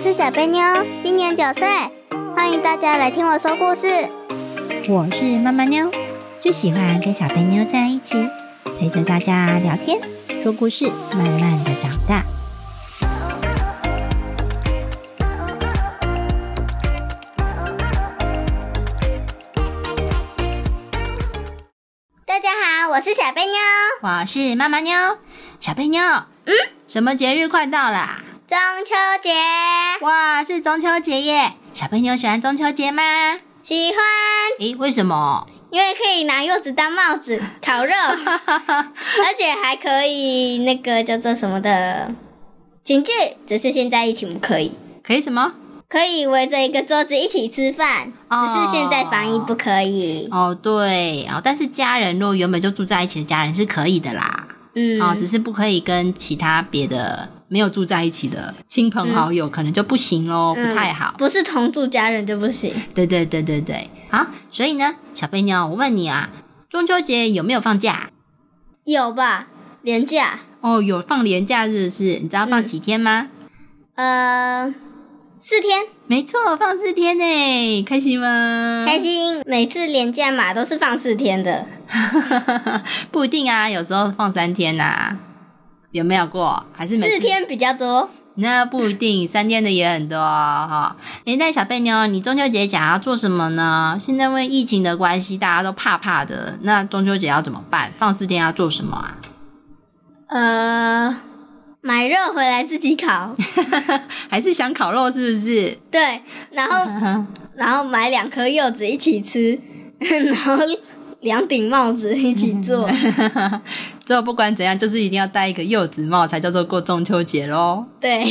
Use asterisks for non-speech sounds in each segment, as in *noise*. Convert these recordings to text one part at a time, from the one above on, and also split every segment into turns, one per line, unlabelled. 是小贝妞，今年九岁，欢迎大家来听我说故事。
我是妈妈妞，最喜欢跟小贝妞在一起，陪着大家聊天、说故事，慢慢的长大。
大家好，我是小贝妞。
我是妈妈妞，小贝妞，嗯，什么节日快到啦？
中秋节
哇，是中秋节耶！小贝妞喜欢中秋节吗？
喜欢，
诶，为什 *laughs* 么？
因为可以拿柚子当帽子烤
*laughs*
肉，而且还可以那个叫做什么的情趣，只是现在疫情不可以，
可以什么？
可以围着一个桌子一起吃饭，
哦
只是现在防疫不可以。
哦，对哦，但是家人如果原本就住在一起的家人是可以的啦，
嗯，
哦，只是不可以跟其他别的没有住在一起的亲朋好友，可能就不行喽，
嗯
不太好。
不是同住家人就不行。
对对对对对，好，所以呢，小贝妞，我问你啊，中秋节有没有放假？
有吧？廉价，
哦，有放连假日是？你知道放几天吗？
嗯呃，四天，
没错，放四天呢，开心吗？
开心。每次廉价嘛都是放四天的，
*laughs* 不一定啊，有时候放三天呐、有没有过？还是每次
四？天比较多。
那不一定，三天的也很多哦哈、诶那小贝妞，你中秋节想要做什么呢？现在因为疫情的关系，大家都怕怕的，那中秋节要怎么办？放四天要做什么啊？
呃，买肉回来自己
*laughs*
烤，
还是想烤肉是不是？ *laughs*
对，然后然后买两颗柚子一起吃， *laughs* 然后两顶帽子一起
*laughs*
做。
最后不管怎样，就是一定要戴一个柚子帽，才叫做过中秋节喽。 *laughs*
对，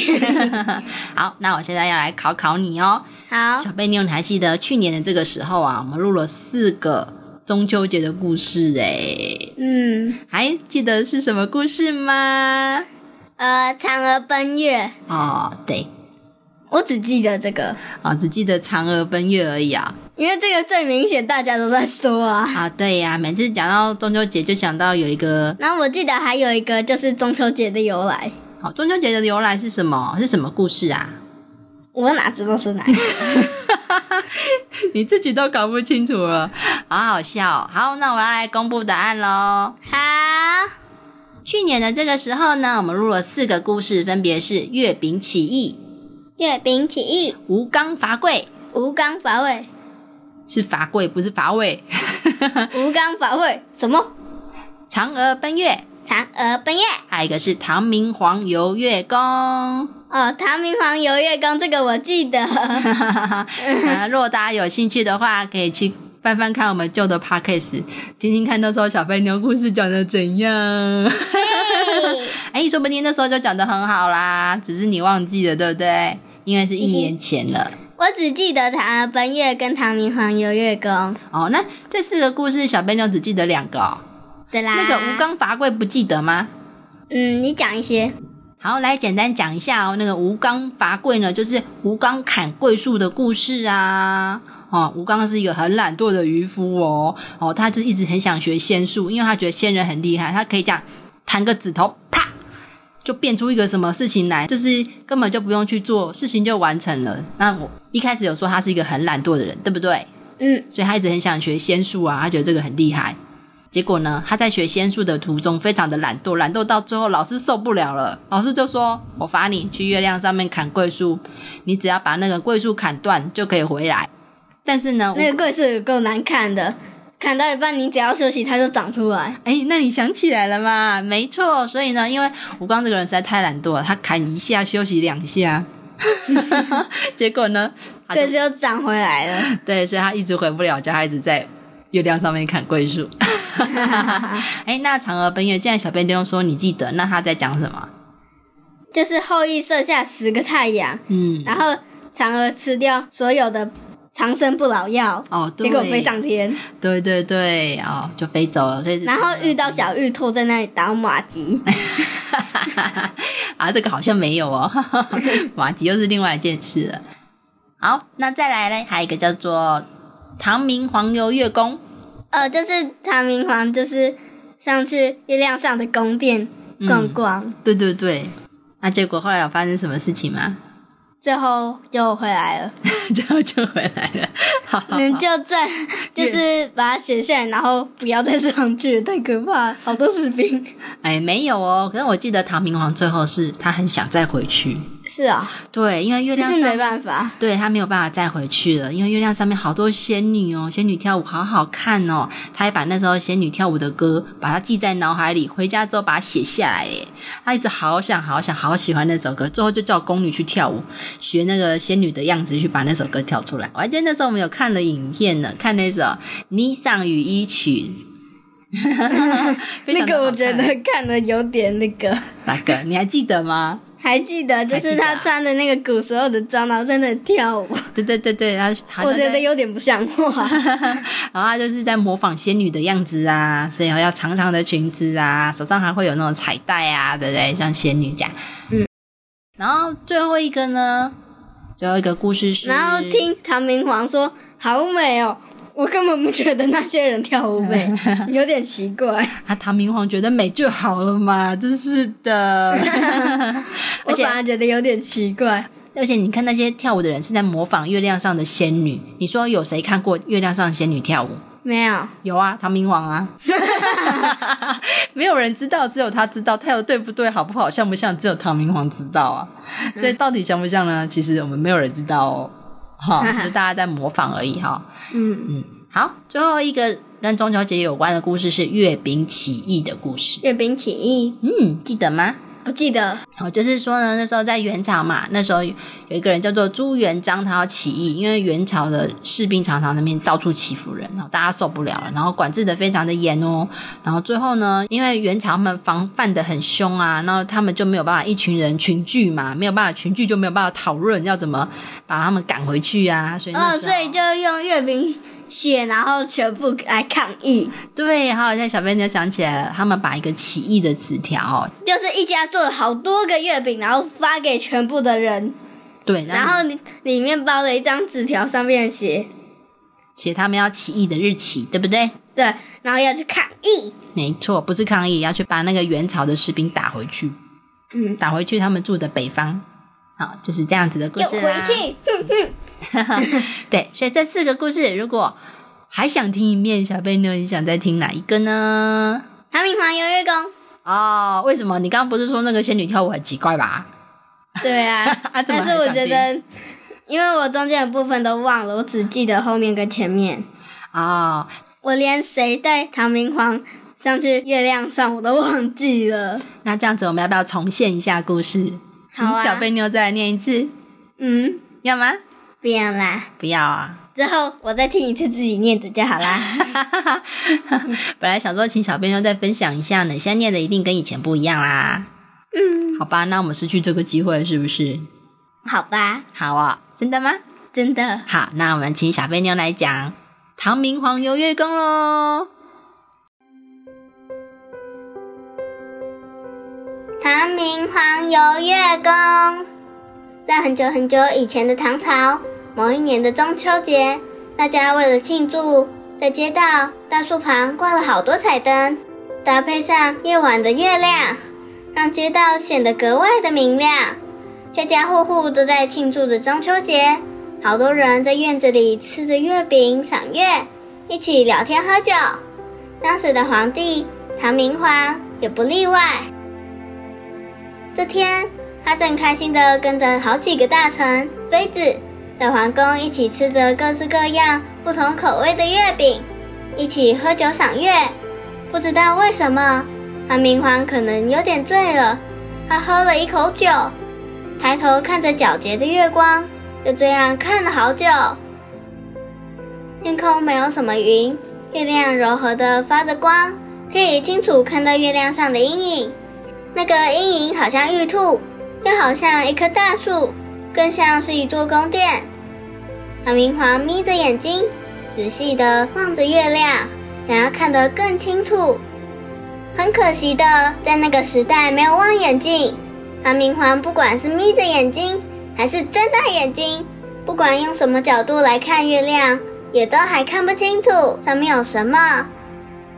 好，那我现在要来考考你哦，
好，
小贝妞，你还记得去年的这个时候啊，我们录了四个中秋节的故事诶，
嗯，
还记得是什么故事吗？
呃，嫦娥奔月，
哦，对，
我只记得这个，
啊、只记得嫦娥奔月而已啊。
因为这个最明显，大家都在说啊。
啊，对呀、每次讲到中秋节就想到有一个，
然后我记得还有一个就是中秋节的由来，
好、哦中秋节的由来是什么？是什么故事啊？
我哪知道是哪一
*laughs*
个？
你自己都搞不清楚了，好好笑哦、好，那我要来公布答案喽。
好，
去年的这个时候呢，我们录了四个故事，分别是月饼起义、
月饼起义，
吴刚伐桂，
吴刚伐魏，
是伐桂不是伐魏， *laughs*
吴刚伐魏，什么？
嫦娥奔月，
嫦娥奔月。
还有一个是唐明皇游月宫。 *laughs*
哦，唐明皇游月宫这个我记得，
啊，如果大家有兴趣的话，可以去翻翻看我们旧的 podcast，听听看那时候小飞牛故事讲的怎样。哎、说不定那时候就讲的很好啦，只是你忘记了，对不对？因为是一
嘻嘻
年前了。
我只记得嫦娥奔月跟唐明皇游月宫。
哦，那这四个故事小飞牛只记得两个哦。
对啦，
那个吴，刚伐桂不记得吗？
嗯，你讲一些。
好，来简单讲一下哦。那个吴刚伐桂呢，就是吴刚砍桂树的故事啊。哦，吴刚是一个很懒惰的渔夫哦，哦，他就一直很想学仙术，因为他觉得仙人很厉害，他可以这样弹个指头，啪，就变出一个什么事情来，就是根本就不用去做，事情就完成了。那我一开始有说他是一个很懒惰的人，对不对？
嗯，
所以他一直很想学仙术啊，他觉得这个很厉害。结果呢，他在学仙术的途中非常的懒惰，懒惰到最后老师受不了了，老师就说：“我罚你去月亮上面砍桂树，你只要把那个桂树砍断就可以回来。”但是呢，
那个桂树有够难看的，砍到一半你只要休息它就长出来。
哎，那你想起来了嘛？没错，所以呢，因为吴刚这个人实在太懒惰了，他砍一下休息两下， *laughs* 结果呢，他就
桂树又长回来了，
对，所以他一直回不了家，他一直在月亮上面砍
*laughs*
桂树。哎，那嫦娥奔月，既然小贝丁说你记得，那他在讲什么？
就是后羿射下十个太阳，
嗯，
然后嫦娥吃掉所有的长生不老药，
哦，对
结果飞，上天，
对对对，哦，就飞走了，所以是
然后
嫦娥
遇到小玉兔在那里打马吉，
*laughs* 啊，这个好像没有哦， *laughs* 马吉又是另外一件事了。好，那再来嘞，还有一个叫做唐明皇游月宫，
呃，就是唐明皇就是上去月亮上的
嗯
宫殿逛逛，
啊对对对。那结果后来有发生什么事情吗？ *laughs*
最后就回来了。
最后就回来了。好好
能就
*laughs*
站，就是把它写下来，然后不要再上去，太可怕了，好多士
*laughs*
兵。
哎，没有哦。可是我记得唐明皇最后是他很想再回去，
是啊、
对，因为月
只
亮
是
上
没办法。
对他没有办法再回去了，因为月亮上面好多仙女哦，仙女跳舞好好看哦。他还把那时候仙女跳舞的歌，把它记在脑海里，回家之后把它写下来。耶。他一直好想好想好喜欢那首歌，最后就叫宫女去跳舞，学那个仙女的样子去把那首歌跳出来。我还记得那时候我们有看了影片呢，看那首《霓裳羽衣曲》。非
那
常地
个我
好看欸
觉得 *laughs* 看了有点那个，
哪个？你还记得吗？
还记得就
还记
是
得
他
啊
穿的那个古时候的装，然后在那跳舞，
对对对对，他好像
我觉
在
得有点不像话。
*laughs* 然后她就是在模仿仙女的样子啊，所以要长长的裙子啊，手上还会有那种彩带啊，对不对？像仙女这样。
嗯。
然后最后一个呢，最后一个故事是，
然后听唐明皇说好美哦，我根本不觉得那些人跳舞美，
*laughs*
有点奇怪。
啊，唐明皇觉得美就好了嘛，真是的。 *laughs*
我
而且
反而觉得有点奇怪。
而且你看那些跳舞的人是在模仿月亮上的仙女，你说有谁看过月亮上的仙女跳舞？
没有，
有啊，唐明皇啊， *laughs* 没有人知道，只有他知道，他有对不对，好不好，像不像，只有唐明皇知道啊。所以到底像不像呢？其实我们没有人知道哦，哈，就大家在模仿而已哈。
*laughs* 嗯，
嗯，好，最后一个跟中秋节有关的故事是月饼起义的故事。
阅兵起义
嗯，记得吗？
不记得，
哦，就是说呢，那时候在元朝嘛，那时候有一个人叫做朱元璋，他要起义，因为元朝的士兵常常那边到处欺负人，然后大家受不了了，然后管制的非常的严哦，然后最后呢，因为元朝他们防范的很凶啊，然后他们就没有办法一群人群聚嘛，没有办法群聚就没有办法讨论要怎么把他们赶回去啊，所以那
哦，
时
所
候、
以就用阅兵写，然后全部来抗议，
对，好，现在小编就想起来了，他们把一个起义的纸条哦、
就是一家做了好多个月饼，然后发给全部的人，
对，
然后里里面包了一张纸条，上面写
写他们要起义的日期，对不对？
对，然后要去抗议。
没错，不是抗议，要去把那个元朝的士兵打回去，
嗯，
打回去他们住的北方。好，就是啊这样子的故
就
事
回
啦。
去，哼哼，
对，所以这四个故事，如果还想听一遍，小贝妞，你想再听哪一个呢？
唐明皇有月宫。
哦，为什么？你刚刚不是说那个仙女跳舞很奇怪吧？
*laughs* 对啊
*laughs* 啊，怎
但
么还
是我
想
觉得，因为我中间的部分都忘了，我只记得后面跟前面，
哦，
我连谁带唐明皇上去月亮上我都忘记了。
那这样子我们要不要重现一下故事？请
好啊
小贝妞再来念一次，
嗯，
要吗？
不要啦。
不要啊！
*laughs* 之后我再听一次自己念的就好啦。
本来想说请小编又再分享一下呢，现在念的一定跟以前不一样啦。嗯，好吧，那我们失去这个机会了是不是？
好吧，
好啊、真的吗？
真的。
好，那我们请小飞妞来讲唐明皇游月宫喽。
唐明皇游月宫，在很久很久以前的唐朝，某一年的中秋节，大家为了庆祝，在街道、大树旁挂了好多彩灯，搭配上夜晚的月亮，让街道显得格外的明亮。家家户户都在庆祝着中秋节，好多人在院子里吃着月饼、赏月，一起聊天喝酒。当时的皇帝唐明皇也不例外。这天，他正开心地跟着好几个大臣、妃子，在皇宫一起吃着各式各样不同口味的月饼，一起喝酒赏月。不知道为什么，唐明皇可能有点醉了，他喝了一口酒，抬头看着皎洁的月光，就这样看了好久。天空没有什么云，月亮柔和地发着光，可以清楚看到月亮上的阴影。那个阴影好像玉兔，又好像一棵大树，更像是一座宫殿。唐明皇眯着眼睛，仔细地望着月亮，想要看得更清楚。很可惜的，在那个时代没有望远镜。唐明皇不管是眯着眼睛，还是睁大眼睛，不管用什么角度来看月亮，也都还看不清楚上面有什么。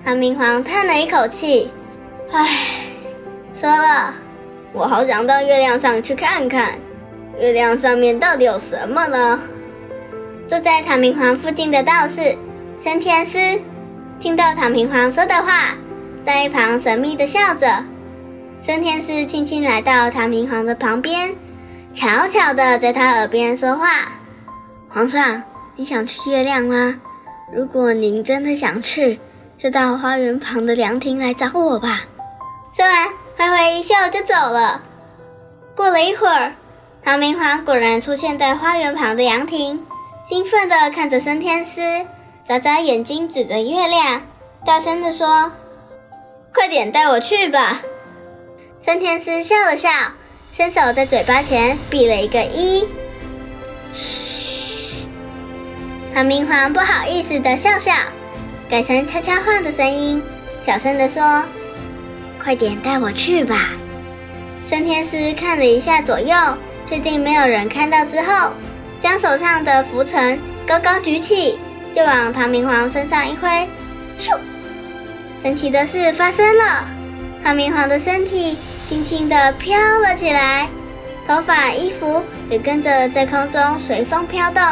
唐明皇叹了一口气，唉。说了，我好想到月亮上去看看。月亮上面到底有什么呢？住在唐明皇附近的道士升天师听到唐明皇说的话，在一旁神秘的笑着。升天师轻轻来到唐明皇的旁边，悄悄的在他耳边说话：“皇上，你想去月亮吗？如果您真的想去，就到花园旁的凉亭来找我吧。”说完，挥挥衣袖就走了。过了一会儿，唐明皇果然出现在花园旁的凉亭，兴奋地看着升天师，眨眨眼睛，指着月亮，大声地说：“快点带我去吧！”升天师笑了笑，伸手在嘴巴前比了一个一。嘘，唐明皇不好意思的笑笑，改成悄悄话的声音，小声地说：“快点带我去吧。”升天师看了一下左右，确定没有人看到之后，将手上的拂尘高高举起，就往唐明皇身上一挥，咻！神奇的事发生了，唐明皇的身体轻轻地飘了起来，头发、衣服也跟着在空中随风飘动，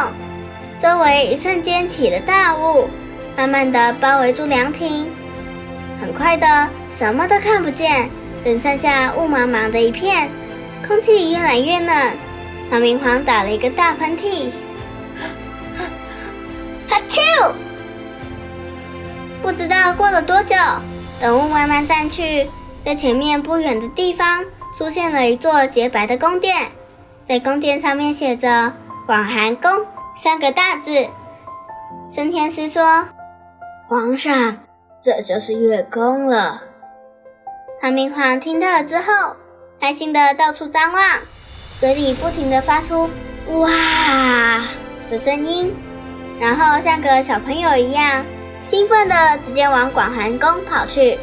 周围一瞬间起了大雾，慢慢地包围住凉亭。很快的，什么都看不见，只剩下雾茫茫的一片，空气越来越冷。唐明皇打了一个大喷嚏，哈啾！不知道过了多久，等雾慢慢散去，在前面不远的地方出现了一座洁白的宫殿，在宫殿上面写着“广寒宫”三个大字。升天师说：“皇上，这就是月宫了。”唐明皇听到了之后，开心的到处张望，嘴里不停的发出“哇”的声音，然后像个小朋友一样，兴奋的直接往广寒宫跑去。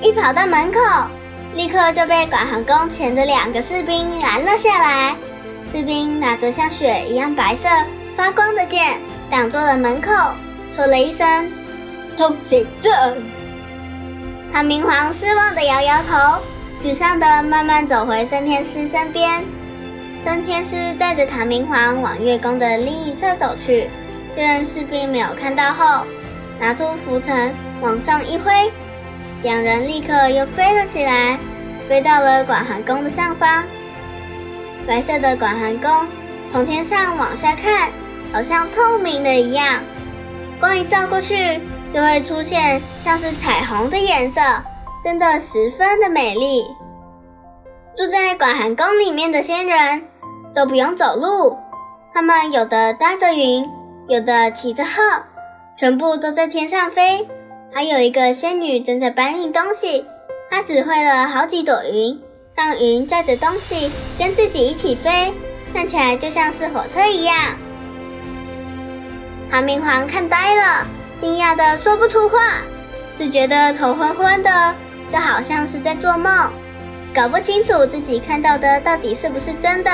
一跑到门口，立刻就被广寒宫前的两个士兵拦了下来。士兵拿着像雪一样白色发光的剑，挡住了门口，说了一声“通行证”。唐明皇失望的摇摇头，沮丧的慢慢走回升天师身边。升天师带着唐明皇往月宫的另一侧走去，确认士兵没有看到后，拿出拂尘往上一挥，两人立刻又飞了起来，飞到了广寒宫的上方。白色的广寒宫从天上往下看，好像透明的一样，光一照过去，就会出现像是彩虹的颜色，真的十分的美丽。住在广寒宫里面的仙人都不用走路，他们有的搭着云，有的骑着鹤，全部都在天上飞。还有一个仙女正在搬运东西，她指挥了好几朵云，让云载着东西跟自己一起飞，看起来就像是火车一样。唐明皇看呆了，惊讶的说不出话，只觉得头昏昏的，就好像是在做梦，搞不清楚自己看到的到底是不是真的。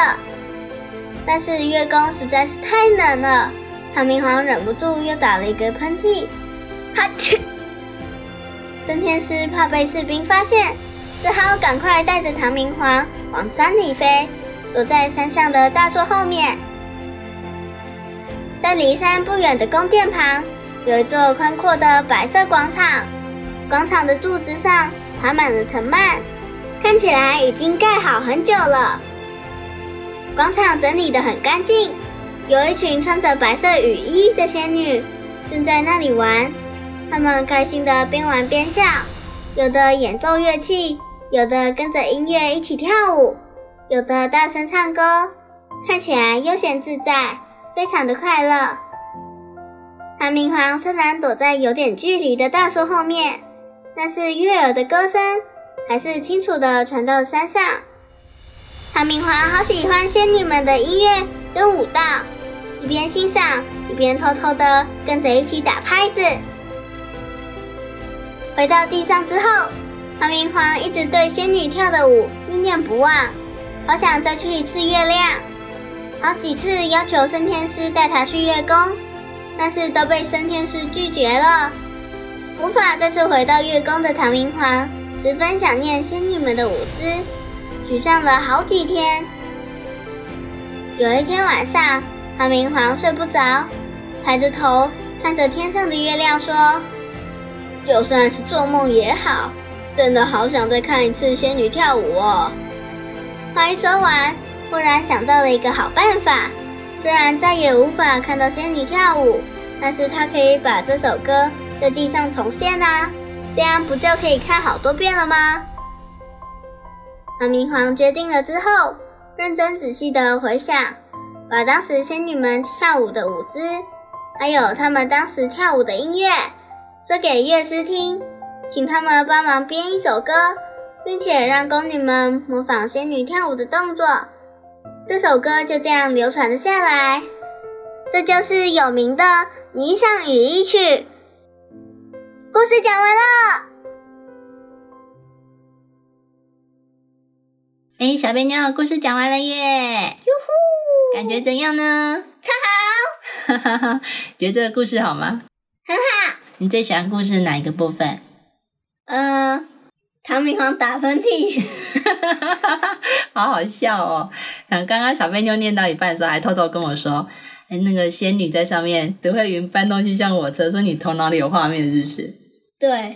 但是月宫实在是太冷了，唐明皇忍不住又打了一个喷嚏，哈嚏！升天师怕被士兵发现，只好赶快带着唐明皇往山里飞，躲在山上的大树后面。在离山不远的宫殿旁，有一座宽阔的白色广场，广场的柱子上爬满了藤蔓，看起来已经盖好很久了。广场整理得很干净，有一群穿着白色雨衣的仙女正在那里玩，她们开心的边玩边笑，有的演奏乐器，有的跟着音乐一起跳舞，有的大声唱歌，看起来悠闲自在。非常的快乐。唐明皇虽然躲在有点距离的大树后面，但是悦耳的歌声还是清楚的传到山上。唐明皇好喜欢仙女们的音乐跟舞蹈，一边欣赏，一边偷偷的跟着一起打拍子。回到地上之后，唐明皇一直对仙女跳的舞念念不忘，好想再去一次月亮。好几次要求升天师带他去月宫，但是都被升天师拒绝了。无法再次回到月宫的唐明皇，十分想念仙女们的舞姿，沮丧了好几天。有一天晚上，唐明皇睡不着，抬着头看着天上的月亮，说：“就算是做梦也好，真的好想再看一次仙女跳舞哦。”话一说完，忽然想到了一个好办法。虽然再也无法看到仙女跳舞，但是他可以把这首歌在地上重现啊，这样不就可以看好多遍了吗？唐明皇决定了之后，认真仔细的回想，把当时仙女们跳舞的舞姿，还有她们当时跳舞的音乐，说给乐师听，请他们帮忙编一首歌，并且让宫女们模仿仙女跳舞的动作。这首歌就这样流传了下来，这就是有名的《霓裳羽衣曲》。故事讲完了。
哎，小贝妞，故事讲完了耶！感觉怎样呢？超好！ *laughs* 觉得这个故事好吗？
很
好。你最喜欢故事哪一个部分？ *laughs*
呃，唐明皇打喷嚏，
好好笑哦！嗯，刚刚小贝妞念到一半的时候，还偷偷跟我说：“哎，那个仙女在上面，德惠云搬东西像我车，说你头脑里有画面，是不是？”
对，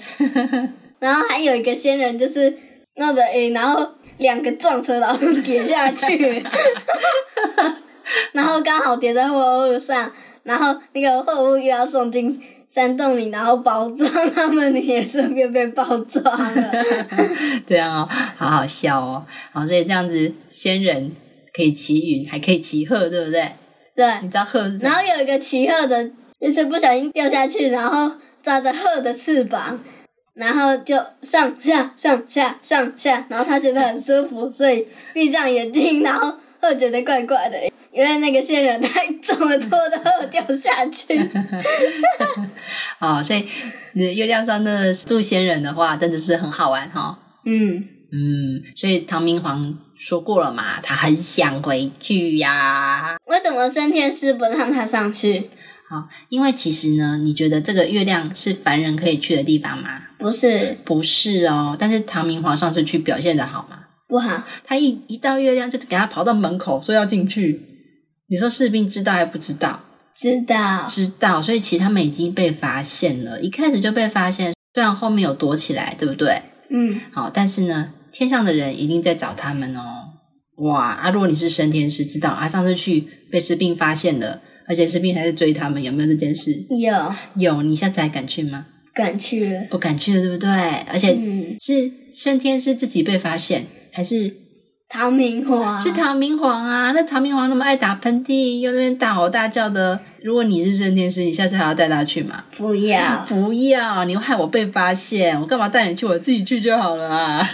*laughs* 然后还有一个仙人就是弄着诶，然后两个撞车，然后跌下 *laughs* 去，然后刚好跌在货物上，然后那个货物又要送进山洞里，然后包装，他们也顺便被包装了。 *laughs*
*laughs* 这样哦，好好笑哦。好，所以这样子，仙人可以骑云，还可以骑鹤，对不对？
对，
你知道鹤是什
然
么？
后有一个骑鹤的，就是不小心掉下去，然后抓着鹤的翅膀，然后就上下上下上下，然后他觉得很舒服，所以闭上眼睛，然后鹤觉得怪怪的，因为那个仙人太重了， *laughs* 拖着鹤掉下去。
好，所以呃月亮上的住仙人的话，真的是很好玩哈、哦。
*laughs* 嗯，
嗯，所以唐明皇说过了嘛，他很想回去呀、
为什么升天师不让他上去？
好，因为其实呢，你觉得这个月亮是凡人可以去的地方吗？
不是
不是哦，但是唐明皇上次去表现的好吗？
不好，
他一一到月亮就给他跑到门口说要进去，你说士兵知道还不知道？
知道
知道，所以其实他们已经被发现了，一开始就被发现，虽然后面有躲起来，对不对？
嗯，
好，但是呢，天上的人一定在找他们哦。哇，啊，如果你是升天师，知道啊，上次去被士兵发现了，而且士兵还在追他们，有没有这件事？
有
有，你下次还敢去吗？
敢去了。
不敢去了，对不对？而且
嗯，
是升天师自己被发现，还是
唐明皇
是唐明皇啊？那唐明皇那么爱打喷嚏，又在那边大吼大叫的，如果你是升天师，你下次还要带他去吗？
不要，
不要，你害我被发现，我干嘛带你去？我自己去就好了
*laughs*
啊，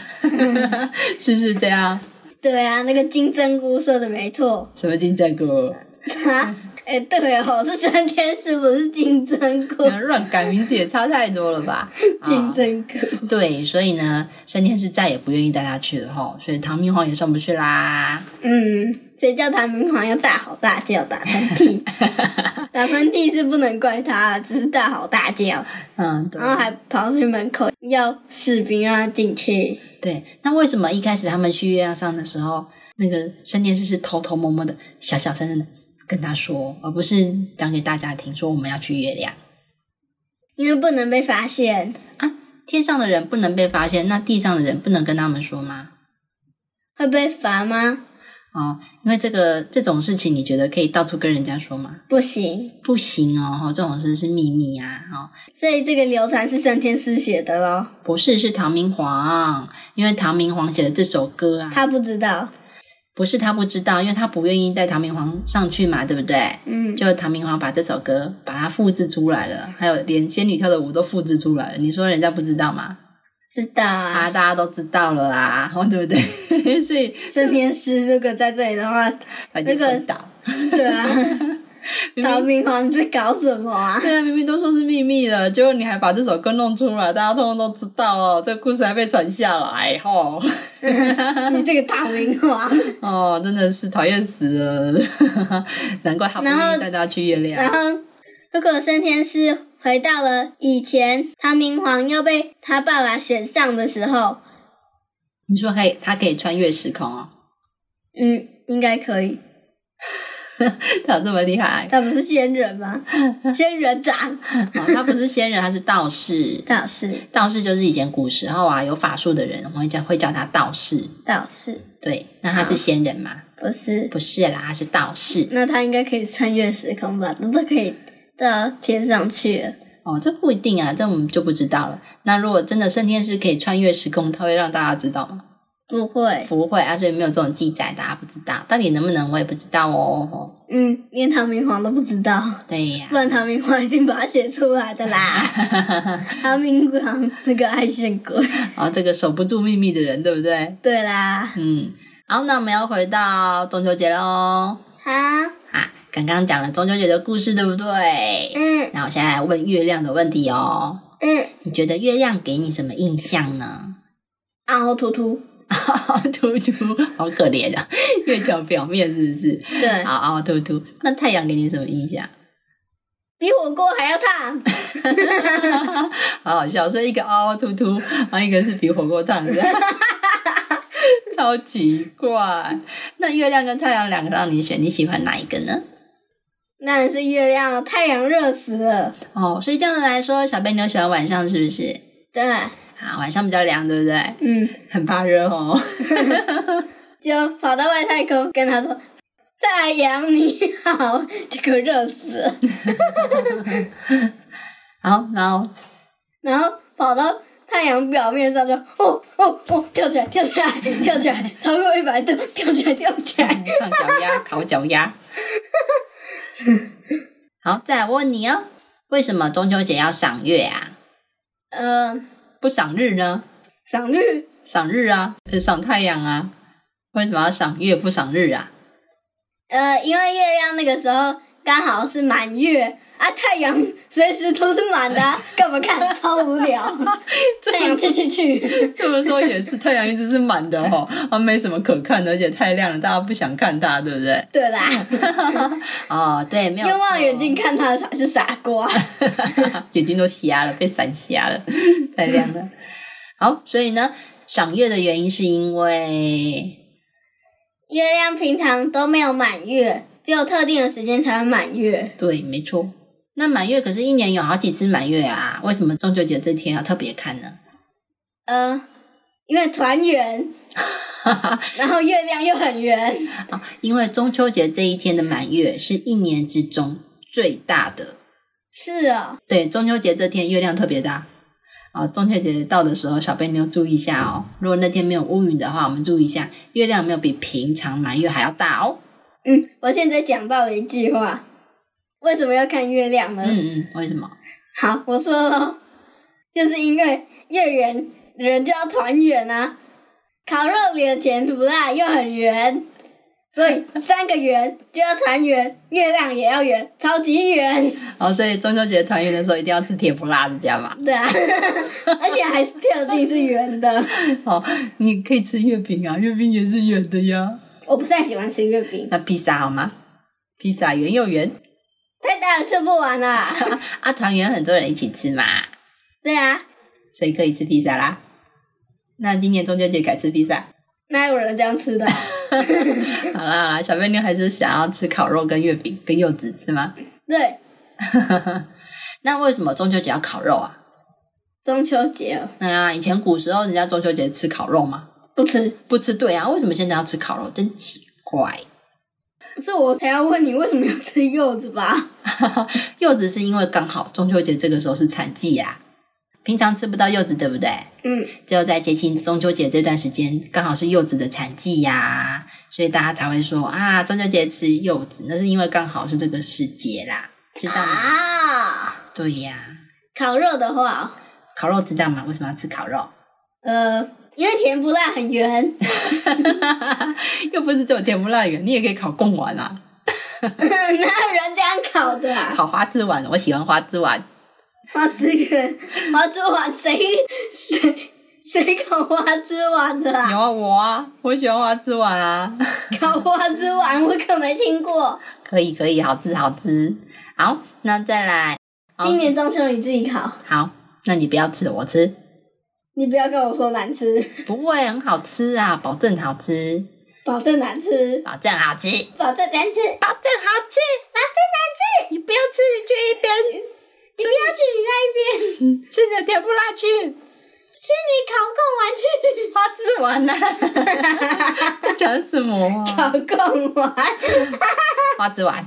是不是这样？
对啊，那个金针菇说的没错。
什么金针
*laughs*
菇？
啊， *laughs* 哎、对哦，是真天使，不是金针菇
你，们乱改名字也差太多了吧？
金
啊
针菇。
对，所以呢，升天是再也不愿意带他去了吼，所以唐明皇也上不去啦。 *laughs*
嗯，谁叫唐明皇要大吼大叫打喷
*laughs*
嚏？打喷嚏是不能怪他，啊只是大吼大叫，
嗯，对
然后哦还跑去门口要士兵让他进去。
对。那为什么一开始他们去月亮上的时候，那个升天师是偷偷摸摸的、小小声声的跟他说，而不是讲给大家听，说我们要去月亮
因为不能被发现，
啊？天上的人不能被发现，那地上的人不能跟他们说吗？
会被罚吗？
哦，因为这个这种事情，你觉得可以到处跟人家说吗？
不行，
不行哦，哈，这种事是秘密啊，哦，
所以这个流传是圣天师写的咯，
不是是唐明皇，因为唐明皇写的这首歌啊，
他不知道。
不是他不知道，因为他不愿意带唐明皇上去嘛，对不对？
嗯，
就唐明皇把这首歌把它复制出来了，还有连仙女跳的舞都复制出来了，你说人家不知道吗？
知道
啊，
啊。
大家都知道了啊，哦对不对？ *laughs* 所以
圣天师如果在这里的话，
那
那
个
个
知道，
对啊， *laughs* 唐明皇在搞什么啊？*laughs*
*laughs* 对啊，明明都说是秘密了，结果你还把这首歌弄出来，大家通通都知道了，这个故事还被传下来，吼、
你这个大明 *laughs* 王。
哦，真的是讨厌死了， *laughs* 难怪他不愿
然后
意带大家去月
然
亮。
后，如果升天师回到了以前唐明皇要被他爸爸选上的时候，
你说可以，他可以穿越时空哦，
嗯，应该可以。
*laughs* 他有这么厉害？
他不是仙人 *laughs* 吗？仙人掌
*laughs* 哦，他不是仙人，他是道士。
倒是
道士就是以前古时候啊，有法术的人，我们会叫会叫他道士。
倒是
对，那他是仙人吗？
不是？
不是啦，他是道士。
那他应该可以穿越时空吧？那都可以到天上去了。
哦，这不一定啊，这我们就不知道了。那如果真的圣天师可以穿越时空，他会让大家知道吗？
不会，
不会啊，所以没有这种记载，大家不知道。到底能不能，我也不知道哦。
嗯，连唐明皇都不知道，
对呀、 *laughs*
不然唐明皇一定把它写出来的啦。 *laughs* 唐明皇这个爱炫鬼，
哦，这个守不住秘密的人，对不对？
对啦。
嗯，好，那我们要回到中秋节喽啊！
好，
刚刚讲了中秋节的故事，对不对？
嗯
那我现在来问月亮的问题哦。
嗯，
你觉得月亮给你什么印象呢？ *laughs*
暗红突突，
突突，好可怜啊！月球表面是不是？
对，
嗷嗷突突。那太阳给你什么印象？
比火锅还要烫。
*laughs* 好好笑，所以一个凹凹凸凸，然后一个是比火锅烫的， *laughs* 超奇怪。那月亮跟太阳两个让你选，你喜欢哪一个呢？
当然是月亮了，太阳热死了。
哦，所以这样子来说，小贝你有喜欢晚上是不是？
对，
啊，晚上比较凉，对不对？
嗯，
很怕热哦。 *laughs*
就跑到外太空跟他说：“太阳你好。”结果热死了，
好，然后
然后跑到太阳表面上就哦哦哦跳起来，跳起来，跳起来，超过一百度，跳起来，跳起来。
唱脚丫，烤脚丫。好，再来问你哦，为什么中秋节要赏月啊？
嗯，
不赏日呢？
赏绿
赏日啊，呃赏太阳啊，为什么要赏月不赏日啊？
呃，因为月亮那个时候刚好是满月啊，太阳 *laughs* 随时都是满
*laughs*
的、啊，干嘛看？超无聊。太阳去去
*laughs*
去，
这么说也是，太阳一直是满的哦，啊，没什么可看的，而且太亮了，大家不想看它，对不对？ *laughs*
对啦，
哦，对，没有
用望远镜
错，
看它才是傻瓜。
*laughs* 眼睛都瞎了，被闪瞎了， *laughs* 太亮了。好，所以呢，赏月的原因是因为
月亮平常都没有满月，只有特定的时间才会满月。
对，没错。那满月可是一年有好几次满月啊，为什么中秋节这天要特别看呢？
呃，因为团
*laughs*
圆，然后月亮又很圆，
啊，因为中秋节这一天的满月是一年之中最大的。
是哦，
对，中秋节这天月亮特别大。啊，中秋节到的时候，小贝妞注意一下哦。如果那天没有乌云的话，我们注意一下，月亮有没有比平常满月还要大哦。
嗯，我现在讲到了一句话，为什么要看月亮呢？
嗯嗯，为什么？
好，我说喽，就是因为月圆人就要团圆啊，烤肉里的甜不辣又很圆，所以三个圆就要团圆，月亮也要圆，超级圆，
哦，所以中秋节团圆的时候一定要吃甜不辣，是这样吗？
对啊， *laughs* 而且还是特地是圆的。
哦，你可以吃月饼啊，月饼也是圆的呀。
我不太喜欢吃月饼，
那披萨好吗？披萨圆又圆
太大了吃不完啦。
啊，团圆很多人一起吃嘛，
对啊，
所以可以吃披萨啦。那今年中秋节改吃披萨？
哪有人这样吃的？
好啦好啦，小贝妞还是想要吃烤肉跟月饼跟柚子是吗？ *laughs*
对，
那为什么中秋节要烤肉啊？
中秋节哦
嗯啊，以前古时候人家中秋节吃烤肉吗？
不吃，
不吃对啊，为什么现在要吃烤肉？真奇怪。
所以我才要问你为什么要吃柚子吧？
柚子是因为刚好中秋节这个时候是产季呀、平常吃不到柚子，对不对？
嗯，
只有在节庆中秋节这段时间，刚好是柚子的产季呀、所以大家才会说啊，中秋节吃柚子，那是因为刚好是这个时节啦，知道吗？
啊，
对呀、
烤肉的话哦，
烤肉知道吗？为什么要吃烤肉？
呃，因为甜不辣很圆，
*laughs*
*laughs*
又不是只有甜不辣圆，你也可以烤贡丸啊，
哪有人这样烤的、啊？
烤花枝丸，我喜欢花枝丸。
花枝圆，花枝丸，谁谁谁烤花枝丸的
有
啊？
啊，我啊，我喜欢花枝丸啊。
烤花枝丸我可没听过，
*laughs* 可以，可以，好吃，好吃。好，那再来。好
今年中秋你自己烤，
好，那你不要吃，我吃。
你不要跟我说难吃， *laughs*
不会很好吃啊，保证好吃，
保证难吃，
保证好吃，
保证难吃，
保证好吃，保证难吃。你不要吃，你去一边
你不要去你那一边，是
吃你的甜不辣去，
你烤贡
花枝丸呢、啊？在 *laughs* 讲什么、啊？ *laughs*
丸去，烤贡丸， *laughs*
花枝丸。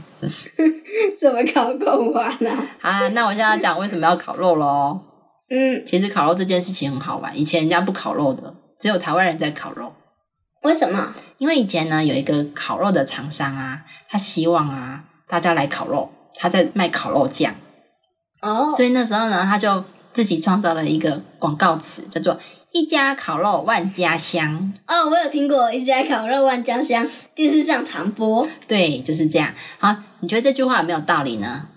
怎么烤贡丸啊？
好啦，那我现在讲为什么要烤肉喽。
嗯，
其实烤肉这件事情很好玩，以前人家不烤肉的，只有台湾人在烤肉。
为什么？
因为以前呢，有一个烤肉的厂商啊，他希望啊大家来烤肉，他在卖烤肉酱，
哦，
所以那时候呢，他就自己创造了一个广告词，叫做“一家烤肉万家香”。
哦，我有听过一家烤肉万家香，电视上常播，
对，就是这样。好，你觉得这句话有没有道理呢？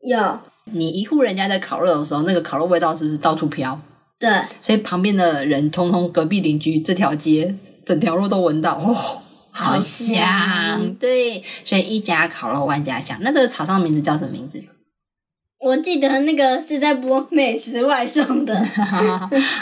有，
你一户人家在烤肉的时候，那个烤肉味道是不是到处飘？
对，
所以旁边的人，通通隔壁邻居这条街，整条路都闻到，哦，好香。
香
对，所以一家烤肉万家香。那这个厂商名字叫什么名字？
我记得那个是在播美食外送 *laughs* 的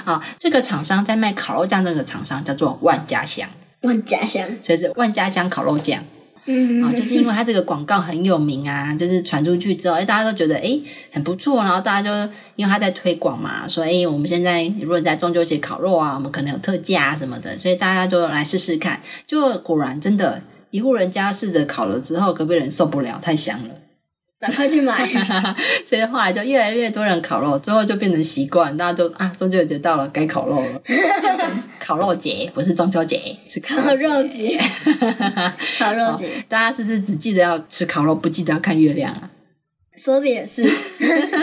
好，这个厂商在卖烤肉酱，这个厂商叫做万家香，
万家香，
所以是万家香烤肉酱。
嗯
啊，就是因为它这个广告很有名啊，就是传出去之后，哎，大家都觉得哎很不错，然后大家就因为它在推广嘛，所以我们现在如果在中秋节烤肉啊，我们可能有特价啊什么的，所以大家就来试试看。就果然真的，一户人家试着烤了之后，隔壁人受不了，太香了。 *laughs*
赶快去买。 *laughs*
所以后来就越来越多人烤肉，最后就变成习惯，大家就啊，中秋节到了，该烤肉了， *laughs* 变成烤肉节不是中秋节，是烤
烤
肉节。
肉节， *laughs* 哦烤肉节，
大家是不是只记得要吃烤肉，不记得要看月亮啊？
说的也是， *laughs*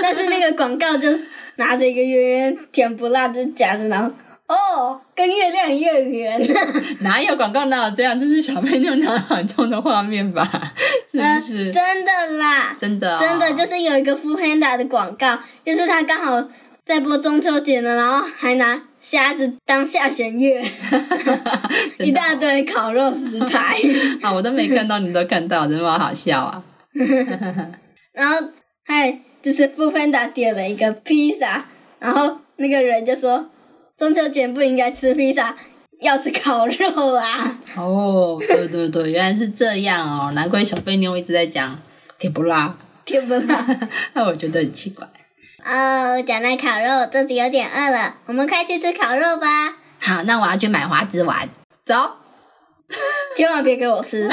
但是那个广告就拿着一个圆圆甜不辣，就夹着，然后哦，跟月亮一样 *laughs* 圆，
哪有广告哪有这样？这是小朋友脑海中的画面吧？ *laughs* 是不是？
呃真的啦，
呃真的、哦，
真
*laughs*
的就是是有一个 f o o Panda 的广告，就是他刚好在播中秋节呢，然后还拿虾子当下弦乐，一大堆烤肉食材，
啊，我都没看到，你都看到，真的蛮好笑啊！
然后还就是 f o o Panda 点了一个披萨，然后那个人就说中秋节不应该吃披萨，要吃烤肉啦。
*laughs*
*laughs*
哦，对对对，原来是这样哦，难怪小贝妞一直在讲甜不辣， *laughs*
天不辣，
那我觉得很奇怪。
哦，讲到烤肉，肚子有点饿了，我们快去吃烤肉吧。
好，那我要去买花枝丸，走。 *laughs*
千万别给我吃。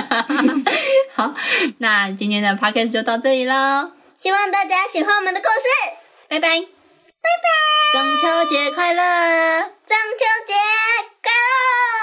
好，那今天的 podcast 就到这里喽，
希望大家喜欢我们的故事，
拜拜，拜拜，中秋节快乐！
中秋节快乐！